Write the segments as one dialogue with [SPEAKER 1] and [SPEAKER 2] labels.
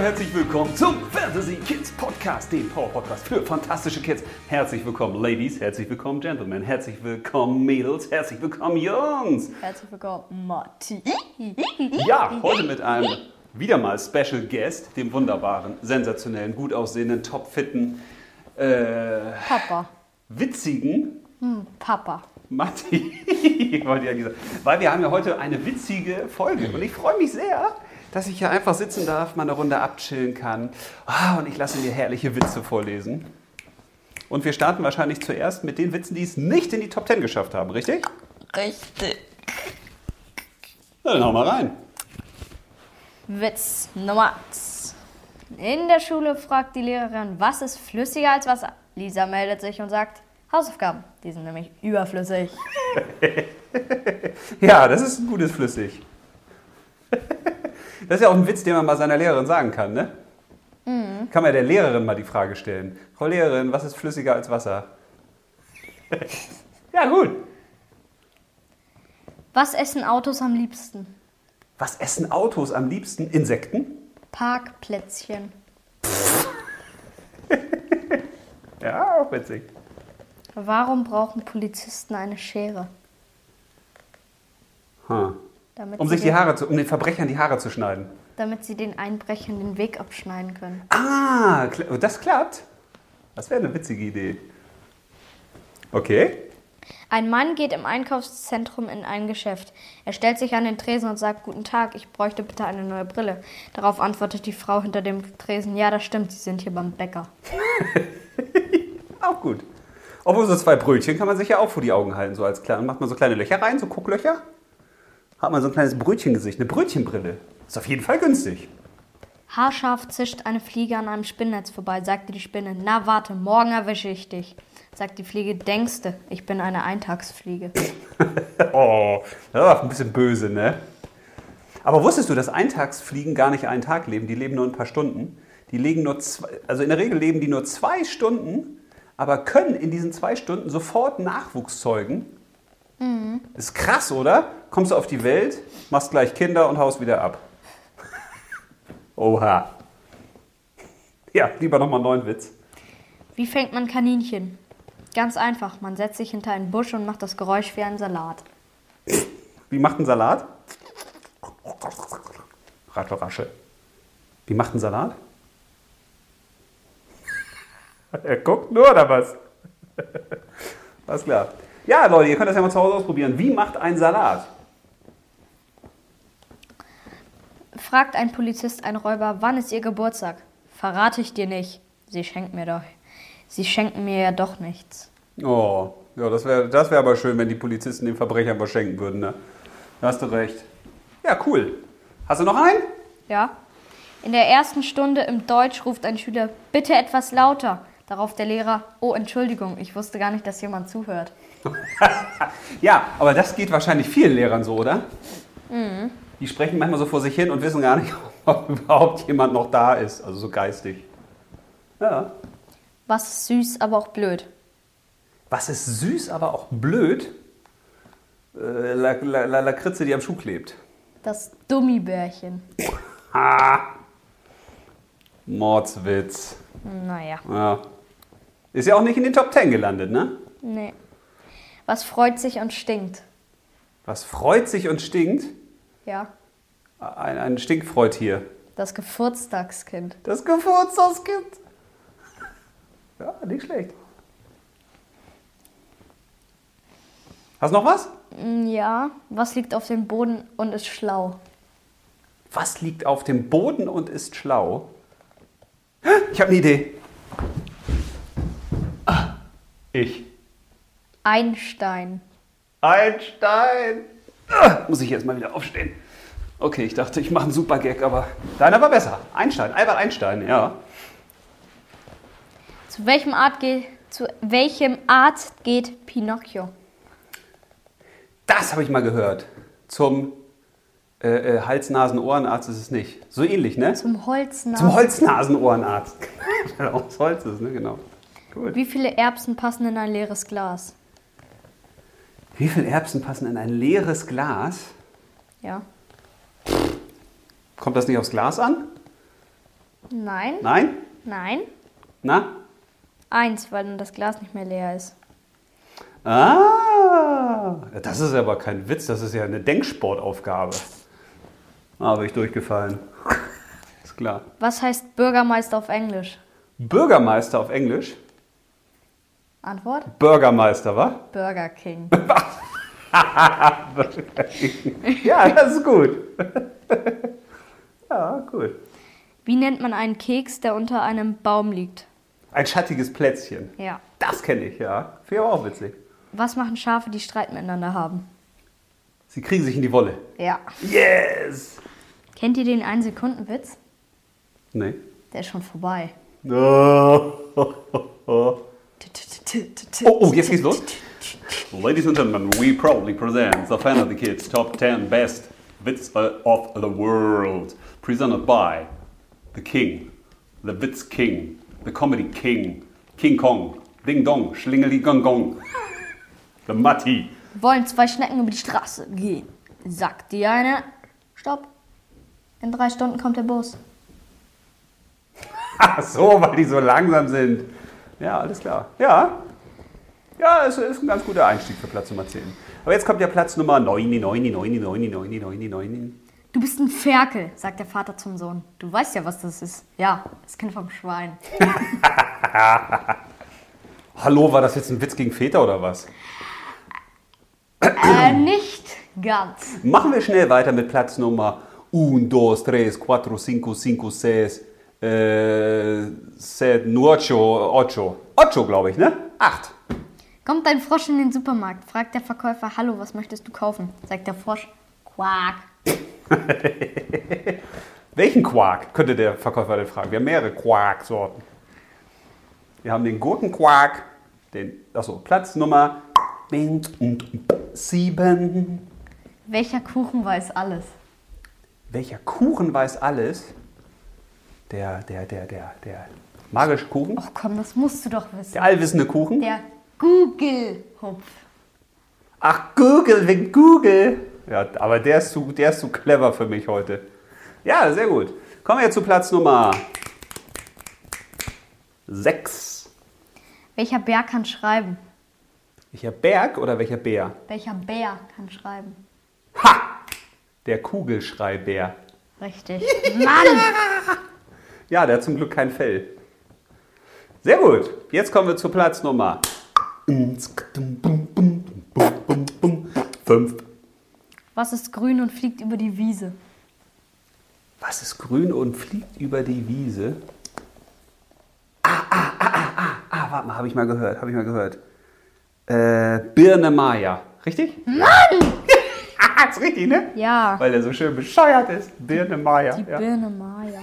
[SPEAKER 1] herzlich willkommen zum Fantasy Kids Podcast, dem Power Podcast für fantastische Kids. Herzlich willkommen, Ladies, herzlich willkommen, Gentlemen, herzlich willkommen, Mädels, herzlich willkommen, Jungs.
[SPEAKER 2] Herzlich willkommen, Martin.
[SPEAKER 1] Ja, heute mit einem wieder mal Special Guest, dem wunderbaren, sensationellen, gut aussehenden, topfitten, äh,
[SPEAKER 2] Papa.
[SPEAKER 1] witzigen
[SPEAKER 2] Hm, Papa.
[SPEAKER 1] Matti, wollte ich ja gesagt. Weil wir haben ja heute eine witzige Folge und ich freue mich sehr, dass ich hier einfach sitzen darf, mal eine Runde abchillen kann. Ah, und ich lasse mir herrliche Witze vorlesen. Und wir starten wahrscheinlich zuerst mit den Witzen, die es nicht in die Top 10 geschafft haben, richtig?
[SPEAKER 2] Richtig.
[SPEAKER 1] Na, dann hau mal rein.
[SPEAKER 2] Witz Nummer 1. In der Schule fragt die Lehrerin, was ist flüssiger als Wasser? Lisa meldet sich und sagt, Hausaufgaben. Die sind nämlich überflüssig.
[SPEAKER 1] Ja, das ist ein gutes Flüssig. Das ist ja auch ein Witz, den man mal seiner Lehrerin sagen kann, ne? Kann man der Lehrerin mal die Frage stellen. Frau Lehrerin, was ist flüssiger als Wasser? ja, gut.
[SPEAKER 2] Was essen Autos am liebsten?
[SPEAKER 1] Was essen Autos am liebsten? Insekten?
[SPEAKER 2] Parkplätzchen.
[SPEAKER 1] Ja, auch witzig.
[SPEAKER 2] Warum brauchen Polizisten eine Schere?
[SPEAKER 1] Hm.
[SPEAKER 2] Damit
[SPEAKER 1] Um
[SPEAKER 2] sie
[SPEAKER 1] sich die
[SPEAKER 2] den-
[SPEAKER 1] Haare zu, um den Verbrechern die Haare zu schneiden.
[SPEAKER 2] Damit sie den Einbrechern den Weg abschneiden können.
[SPEAKER 1] Ah, kla- das klappt. Das wäre eine witzige Idee. Okay.
[SPEAKER 2] Ein Mann geht im Einkaufszentrum in ein Geschäft. Er stellt sich an den Tresen und sagt, Guten Tag, ich bräuchte bitte eine neue Brille. Darauf antwortet die Frau hinter dem Tresen, Ja, das stimmt, Sie sind hier beim Bäcker.
[SPEAKER 1] Auch gut. Obwohl so zwei Brötchen kann man sich ja auch vor die Augen halten, so als klein. Macht man so kleine Löcher rein, so Gucklöcher. Hat man so ein kleines Brötchengesicht, eine Brötchenbrille. Ist auf jeden Fall günstig.
[SPEAKER 2] Haarscharf zischt eine Fliege an einem Spinnnetz vorbei, sagte die Spinne, Na warte, morgen erwische ich dich. Sagt die Fliege, Denkste, ich bin eine Eintagsfliege.
[SPEAKER 1] Oh, das war ein bisschen böse, ne? Aber wusstest du, dass Eintagsfliegen gar nicht einen Tag leben? Die leben nur ein paar Stunden. Die legen nur zwei, also in der Regel leben die nur zwei Stunden, aber können in diesen zwei Stunden sofort Nachwuchs zeugen. Ist krass, oder? Kommst du auf die Welt, machst gleich Kinder und haust wieder ab. Oha. Ja, lieber nochmal einen neuen Witz.
[SPEAKER 2] Wie fängt man Kaninchen? Ganz einfach, man setzt sich hinter einen Busch und macht das Geräusch wie ein Salat.
[SPEAKER 1] Wie macht ein Salat? Rattle, rasche. Wie macht ein Salat? Er guckt nur, oder was? Alles klar. Ja, Leute, ihr könnt das ja mal zu Hause ausprobieren. Wie macht ein Salat?
[SPEAKER 2] Fragt ein Polizist einen Räuber, wann ist ihr Geburtstag? Verrate ich dir nicht. Sie schenkt mir doch. Sie schenken mir ja doch nichts.
[SPEAKER 1] Oh, ja, das wäre das wär aber schön, wenn die Polizisten den Verbrechern was schenken würden, ne? Da hast du recht. Ja, cool. Hast du noch einen?
[SPEAKER 2] Ja? In der ersten Stunde im Deutsch ruft ein Schüler, bitte etwas lauter. Darauf der Lehrer, oh Entschuldigung, ich wusste gar nicht, dass jemand zuhört.
[SPEAKER 1] Ja, aber das geht wahrscheinlich vielen Lehrern so, oder? Die sprechen manchmal so vor sich hin und wissen gar nicht, ob überhaupt jemand noch da ist. Also so geistig. Ja.
[SPEAKER 2] Was ist süß, aber auch blöd.
[SPEAKER 1] Was ist süß, aber auch blöd? Äh, La La La Lakritze, die am Schuh klebt.
[SPEAKER 2] Das Dummibärchen.
[SPEAKER 1] Mordswitz.
[SPEAKER 2] Naja,
[SPEAKER 1] Ja. Ist ja auch nicht in den Top Ten gelandet, ne?
[SPEAKER 2] nee. Was freut sich und stinkt?
[SPEAKER 1] Was freut sich und stinkt?
[SPEAKER 2] Ja,
[SPEAKER 1] Ein, ein Stinkfreutier.
[SPEAKER 2] das Geburtstagskind.
[SPEAKER 1] Das Geburtstagskind. Ja, nicht schlecht. Hast noch was?
[SPEAKER 2] Mm, Ja, was liegt auf dem Boden und ist schlau?
[SPEAKER 1] Was liegt auf dem Boden und ist schlau? Ich habe eine Idee. Ah, Ich.
[SPEAKER 2] Einstein.
[SPEAKER 1] Einstein. Ah, Muss ich jetzt mal wieder aufstehen. Okay, ich dachte, ich mache einen super Gag, aber deiner war besser. Einstein, Albert Einstein, ja.
[SPEAKER 2] Zu welchem Art geht, zu welchem Arzt geht Pinocchio?
[SPEAKER 1] Das habe ich mal gehört. Zum äh, äh, Hals-Nasen-Ohrenarzt ist es nicht. So ähnlich, ne?
[SPEAKER 2] Zum Holznasen.
[SPEAKER 1] Zum Holznasenohrenarzt. Der Aus Holz ist, ne? Genau. Gut.
[SPEAKER 2] Wie viele Erbsen passen in ein leeres Glas?
[SPEAKER 1] Wie viele Erbsen passen in ein leeres Glas?
[SPEAKER 2] Ja.
[SPEAKER 1] Kommt das nicht aufs Glas an?
[SPEAKER 2] Nein.
[SPEAKER 1] Nein?
[SPEAKER 2] Nein.
[SPEAKER 1] Na?
[SPEAKER 2] Eins, weil dann das Glas nicht mehr leer ist.
[SPEAKER 1] Ah, das ist aber kein Witz, das ist ja eine Denksportaufgabe. Ah, bin ich durchgefallen. ist klar.
[SPEAKER 2] Was heißt Bürgermeister auf Englisch?
[SPEAKER 1] Bürgermeister auf Englisch.
[SPEAKER 2] Antwort?
[SPEAKER 1] Bürgermeister, wa?
[SPEAKER 2] Burger King.
[SPEAKER 1] Ja, das ist gut. ja, gut.
[SPEAKER 2] Wie nennt man einen Keks, der unter einem Baum liegt?
[SPEAKER 1] Ein schattiges Plätzchen.
[SPEAKER 2] Ja.
[SPEAKER 1] Das kenne ich, ja. Finde ich aber auch witzig.
[SPEAKER 2] Was machen Schafe, die Streit miteinander haben?
[SPEAKER 1] Sie kriegen sich in die Wolle.
[SPEAKER 2] Ja.
[SPEAKER 1] Yes!
[SPEAKER 2] Kennt ihr den Ein-Sekunden-Witz?
[SPEAKER 1] Nee.
[SPEAKER 2] Der ist schon vorbei.
[SPEAKER 1] Oh,
[SPEAKER 2] T- t- t- t- t-
[SPEAKER 1] oh, jetzt geht's los. Ladies and Gentlemen, we proudly present the Fan of the Kids Top 10 Best Wits of the World. Presented by the King, the Witz King, the Comedy King, King Kong, Ding Dong, Schlingeli Gong Gong, the Matti.
[SPEAKER 2] Wollen zwei Schnecken über die Straße gehen? Sagt die eine. Stopp. In drei Stunden kommt der Bus.
[SPEAKER 1] Ach so, weil die so langsam sind. Ja, alles klar. Ja. Ja, es ist ein ganz guter Einstieg für Platz Nummer 10. Aber jetzt kommt ja Platz Nummer 9, 9, 9, 9, 9, 9, 9.
[SPEAKER 2] Du bist ein Ferkel, sagt der Vater zum Sohn. Du weißt ja, was das ist. Ja, das Kind vom Schwein.
[SPEAKER 1] Hallo, war das jetzt ein Witz gegen Väter oder was?
[SPEAKER 2] äh, nicht ganz.
[SPEAKER 1] Machen wir schnell weiter mit Platz Nummer 1, 2, 3, 4, 5, 5, 6, äh, 7, 8, 8. 8, glaube ich, ne? 8.
[SPEAKER 2] Kommt ein Frosch in den Supermarkt, fragt der Verkäufer, hallo, was möchtest du kaufen? Sagt der Frosch, quack.
[SPEAKER 1] Welchen Quark könnte der Verkäufer denn fragen? Wir haben mehrere Quark-Sorten. Wir haben den Gurkenquark, den, achso, Platznummer sieben.
[SPEAKER 2] Welcher Kuchen weiß alles?
[SPEAKER 1] Welcher Kuchen weiß alles? Der, der, der, der, der magische Kuchen?
[SPEAKER 2] Oh komm, das musst du doch wissen.
[SPEAKER 1] Der allwissende Kuchen?
[SPEAKER 2] Der Google-Hupf.
[SPEAKER 1] Ach, Google, wenn Google. Ja, aber der ist, zu, der ist zu clever für mich heute. Ja, sehr gut. Kommen wir jetzt zu Platz Nummer 6.
[SPEAKER 2] Welcher Bär kann schreiben?
[SPEAKER 1] Welcher Berg oder welcher Bär?
[SPEAKER 2] Welcher Bär kann schreiben?
[SPEAKER 1] Der Kugelschreibär.
[SPEAKER 2] Richtig. Mann!
[SPEAKER 1] Ja, der hat zum Glück kein Fell. Sehr gut. Jetzt kommen wir zu Platz Nummer 5.
[SPEAKER 2] Was ist grün und fliegt über die Wiese?
[SPEAKER 1] Was ist grün und fliegt über die Wiese? Ah, ah, ah, ah, ah, ah warte mal, habe ich mal gehört, habe ich mal gehört. Äh, Birne Maya, richtig? Mann! ah, ist richtig, ne?
[SPEAKER 2] Ja,
[SPEAKER 1] Weil der so schön bescheuert ist. Birne Maya.
[SPEAKER 2] die
[SPEAKER 1] Ja.
[SPEAKER 2] Birne Maya.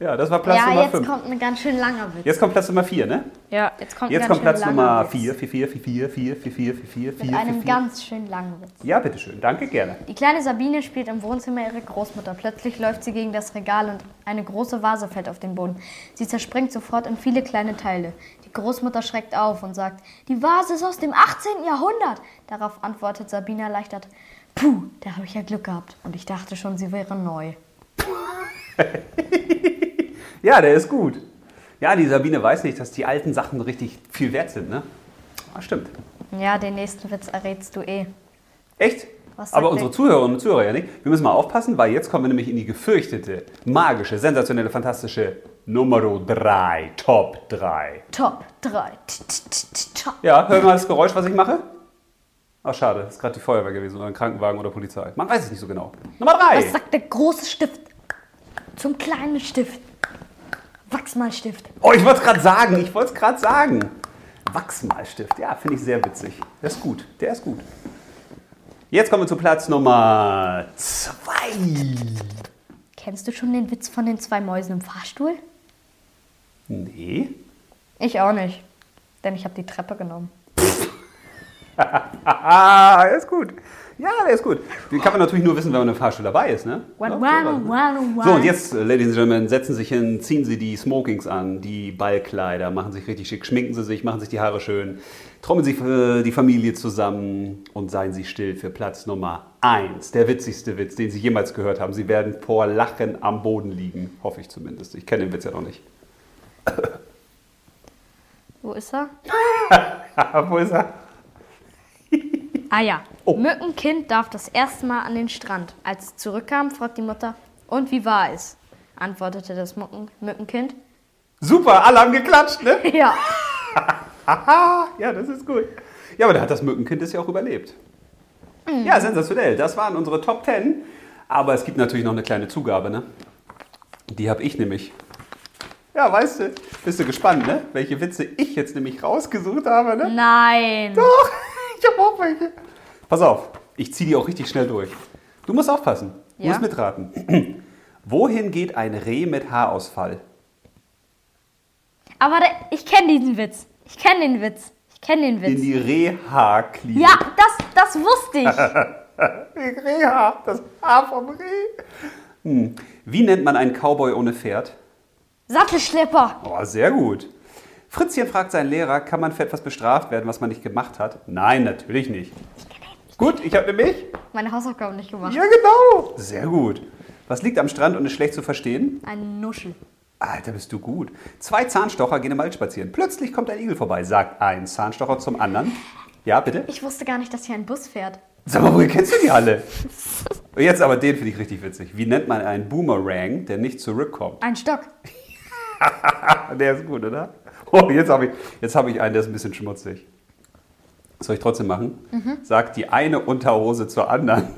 [SPEAKER 1] ja, das war Platz
[SPEAKER 2] Ja,
[SPEAKER 1] Nummer
[SPEAKER 2] jetzt
[SPEAKER 1] 5.
[SPEAKER 2] kommt ein ganz schön langer Witz.
[SPEAKER 1] Jetzt kommt Platz Nummer 4, ne?
[SPEAKER 2] Ja, jetzt kommt
[SPEAKER 1] Jetzt
[SPEAKER 2] ein ganz
[SPEAKER 1] kommt Platz
[SPEAKER 2] schön
[SPEAKER 1] Nummer
[SPEAKER 2] langer
[SPEAKER 1] 4, 4, 4, 4, 4, 4, 4, 4, 4,
[SPEAKER 2] Mit
[SPEAKER 1] 4,
[SPEAKER 2] einem
[SPEAKER 1] 4.
[SPEAKER 2] ganz schön langen Witz.
[SPEAKER 1] Ja, bitteschön, danke gerne.
[SPEAKER 2] Die kleine Sabine spielt im Wohnzimmer ihre Großmutter. Plötzlich läuft sie gegen das Regal und eine große Vase fällt auf den Boden. Sie zerspringt sofort in viele kleine Teile. Die Großmutter schreckt auf und sagt, die Vase ist aus dem 18. Jahrhundert. Darauf antwortet Sabine erleichtert, puh, da habe ich ja Glück gehabt. Und ich dachte schon, sie wäre neu.
[SPEAKER 1] Ja, der ist gut. Ja, die Sabine weiß nicht, dass die alten Sachen richtig viel wert sind, ne? Ah, stimmt.
[SPEAKER 2] Ja, den nächsten Witz errätst du eh.
[SPEAKER 1] Echt?
[SPEAKER 2] Was sagt
[SPEAKER 1] Aber
[SPEAKER 2] der?
[SPEAKER 1] unsere Zuhörerinnen und Zuhörer ja nicht. Wir müssen mal aufpassen, weil jetzt kommen wir nämlich in die gefürchtete, magische, sensationelle, fantastische Nummer 3, Top 3.
[SPEAKER 2] Top 3. T- t- t- t- Top.
[SPEAKER 1] Ja, hör mal das Geräusch, was ich mache. Ach, schade, ist gerade die Feuerwehr gewesen oder ein Krankenwagen oder Polizei. Man weiß es nicht so genau. Nummer 3.
[SPEAKER 2] Was sagt der große Stift zum kleinen Stift? Wachsmalstift.
[SPEAKER 1] Oh, ich wollte es gerade sagen. Ich wollte es gerade sagen. Wachsmalstift. Ja, finde ich sehr witzig. Der ist gut. Der ist gut. Jetzt kommen wir zu Platz Nummer 2.
[SPEAKER 2] Kennst du schon den Witz von den zwei Mäusen im Fahrstuhl?
[SPEAKER 1] Nee.
[SPEAKER 2] Ich auch nicht. Denn ich habe die Treppe genommen.
[SPEAKER 1] Ah, der ist gut. Ja, der ist gut. Den kann man natürlich nur wissen, wenn man im Fahrstuhl dabei ist, ne?
[SPEAKER 2] One,
[SPEAKER 1] Ja,
[SPEAKER 2] one,
[SPEAKER 1] so,
[SPEAKER 2] one, one.
[SPEAKER 1] So, und jetzt, äh, Ladies and Gentlemen, setzen sich hin, ziehen Sie die Smokings an, die Ballkleider, machen sich richtig schick, schminken Sie sich, machen sich die Haare schön, trommeln Sie äh, die Familie zusammen und seien Sie still für Platz Nummer 1. Der witzigste Witz, den Sie jemals gehört haben. Sie werden vor Lachen am Boden liegen, hoffe ich zumindest. Ich kenne den Witz ja noch nicht.
[SPEAKER 2] Wo ist er?
[SPEAKER 1] Wo ist er?
[SPEAKER 2] Ah ja.
[SPEAKER 1] Oh.
[SPEAKER 2] Mückenkind darf das erste Mal an den Strand. Als es zurückkam, fragt die Mutter, und wie war es? Antwortete das Mücken Mückenkind.
[SPEAKER 1] Super, alle haben geklatscht, ne?
[SPEAKER 2] Ja.
[SPEAKER 1] Aha, ja, das ist gut. Ja, aber da hat das Mückenkind es ja auch überlebt. Ja, sensationell. Das waren unsere Top 10. Aber es gibt natürlich noch eine kleine Zugabe, ne? Die habe ich nämlich. Ja, weißt du, bist du gespannt, ne? Welche Witze ich jetzt nämlich rausgesucht habe, ne?
[SPEAKER 2] Nein.
[SPEAKER 1] Doch, ich habe auch welche. Pass auf, ich ziehe die auch richtig schnell durch. Du musst aufpassen. Du
[SPEAKER 2] Ja.
[SPEAKER 1] musst mitraten. Wohin geht ein Reh mit Haarausfall?
[SPEAKER 2] Aber da, ich kenne diesen Witz. Ich kenne den Witz. Ich kenne
[SPEAKER 1] In
[SPEAKER 2] den Witz.
[SPEAKER 1] die Reha-Klinik.
[SPEAKER 2] Ja, das, das wusste ich.
[SPEAKER 1] Wegen Reha, das Haar vom Reh. Hm. Wie nennt man einen Cowboy ohne Pferd?
[SPEAKER 2] Sattelschlepper.
[SPEAKER 1] Oh, sehr gut. Fritzchen fragt seinen Lehrer, kann man für etwas bestraft werden, was man nicht gemacht hat? Nein, natürlich nicht. Gut, ich habe nämlich.
[SPEAKER 2] Meine Hausaufgaben nicht gemacht.
[SPEAKER 1] Ja, genau. Sehr gut. Was liegt am Strand und ist schlecht zu verstehen?
[SPEAKER 2] Eine Nuschel.
[SPEAKER 1] Alter, bist du gut. Zwei Zahnstocher gehen im Wald spazieren. Plötzlich kommt ein Igel vorbei, sagt ein Zahnstocher zum anderen. Ja, bitte?
[SPEAKER 2] Ich wusste gar nicht, dass hier ein Bus fährt.
[SPEAKER 1] Sag mal, woher kennst du die alle? Und jetzt aber den finde ich richtig witzig. Wie nennt man einen Boomerang, der nicht zurückkommt?
[SPEAKER 2] Ein Stock.
[SPEAKER 1] Ah, Der ist gut, oder? Oh, jetzt habe ich, jetzt hab ich einen, der ist ein bisschen schmutzig. Soll ich trotzdem machen? Sagt die eine Unterhose zur anderen.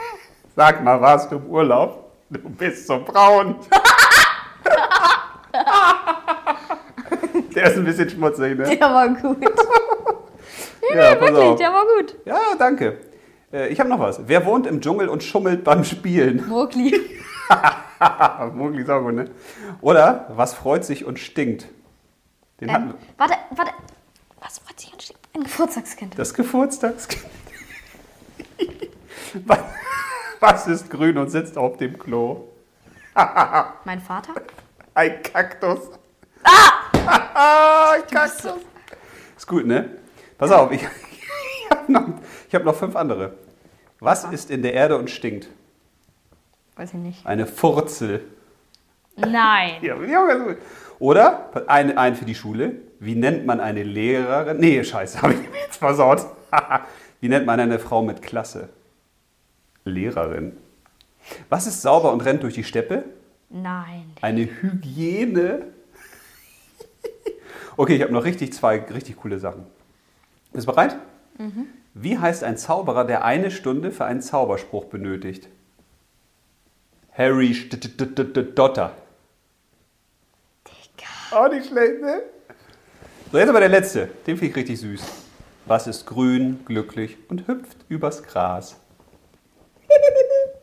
[SPEAKER 1] Sag mal, warst du im Urlaub? Du bist so braun. der ist ein bisschen schmutzig, ne?
[SPEAKER 2] Der war gut.
[SPEAKER 1] Ja, pass
[SPEAKER 2] Wirklich,
[SPEAKER 1] auf.
[SPEAKER 2] der war gut.
[SPEAKER 1] Ja, danke. Äh, Ich habe noch was. Wer wohnt im Dschungel und schummelt beim Spielen?
[SPEAKER 2] Mogli.
[SPEAKER 1] Ah, Mogli ist auch gut, ne? Oder was freut sich und stinkt? Den hatten wir.
[SPEAKER 2] Ähm, warte, warte. Was freut sich anschließend? Ein Geburtstagskind.
[SPEAKER 1] Das Geburtstagskind. was, was ist grün und sitzt auf dem Klo?
[SPEAKER 2] Mein Vater?
[SPEAKER 1] Ein Kaktus. Ah! Ein Kaktus. Ist gut, ne? Pass auf, ich, ich habe noch, ich hab noch fünf andere. Was ist in der Erde und stinkt?
[SPEAKER 2] Weiß ich nicht.
[SPEAKER 1] Eine Furzel.
[SPEAKER 2] Nein.
[SPEAKER 1] Ja, finde ich auch ganz gut. Oder ein, ein für die Schule. Wie nennt man eine Lehrerin? Nee, scheiße, habe ich mir jetzt versaut. Wie nennt man eine Frau mit Klasse? Lehrerin. Was ist sauber und rennt durch die Steppe?
[SPEAKER 2] Nein.
[SPEAKER 1] Eine Hygiene. Okay, ich habe noch richtig zwei richtig coole Sachen. Bist du bereit?
[SPEAKER 2] Mhm.
[SPEAKER 1] Wie heißt ein Zauberer, der eine Stunde für einen Zauberspruch benötigt? Harry St- St- St- St- Dotter. Auch nicht schlecht, ne? So, jetzt aber der letzte. Den finde ich richtig süß. Was ist grün, glücklich und hüpft übers Gras?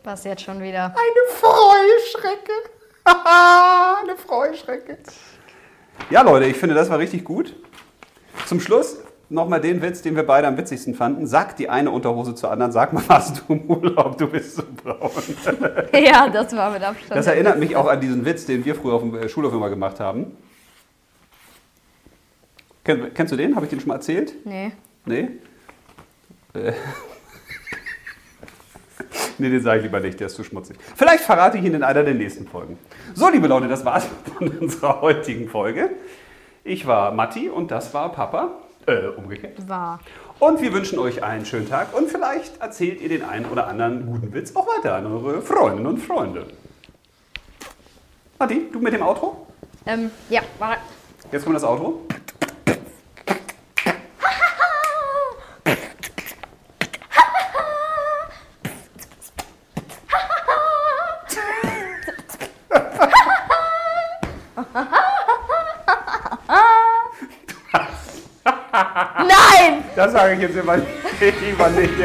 [SPEAKER 2] Was jetzt schon wieder?
[SPEAKER 1] Eine Freuschrecke. Eine Freuschrecke. Ja, Leute, ich finde, das war richtig gut. Zum Schluss nochmal den Witz, den wir beide am witzigsten fanden. Sagt die eine Unterhose zur anderen, sag mal, warst du im Urlaub, du bist so braun.
[SPEAKER 2] ja, das war mit Abstand.
[SPEAKER 1] Das erinnert mich auch an diesen Witz, den wir früher auf dem äh, Schulhof immer gemacht haben. Kenn- Kennst du den? Habe ich den schon mal erzählt?
[SPEAKER 2] Nee.
[SPEAKER 1] Nee? Äh. nee, den sage ich lieber nicht, der ist zu schmutzig. Vielleicht verrate ich ihn in einer der nächsten Folgen. So, liebe Leute, das war's von unserer heutigen Folge. Ich war Matti und das war Papa. Äh, umgekehrt.
[SPEAKER 2] War.
[SPEAKER 1] Und wir wünschen euch einen schönen Tag und vielleicht erzählt ihr den einen oder anderen guten Witz auch weiter an eure Freundinnen und Freunde. Matti, du mit dem Outro?
[SPEAKER 2] Ähm, ja, warte.
[SPEAKER 1] Jetzt kommt das Outro.
[SPEAKER 2] Nein!
[SPEAKER 1] Das sage ich jetzt immer nicht. Lieber nicht.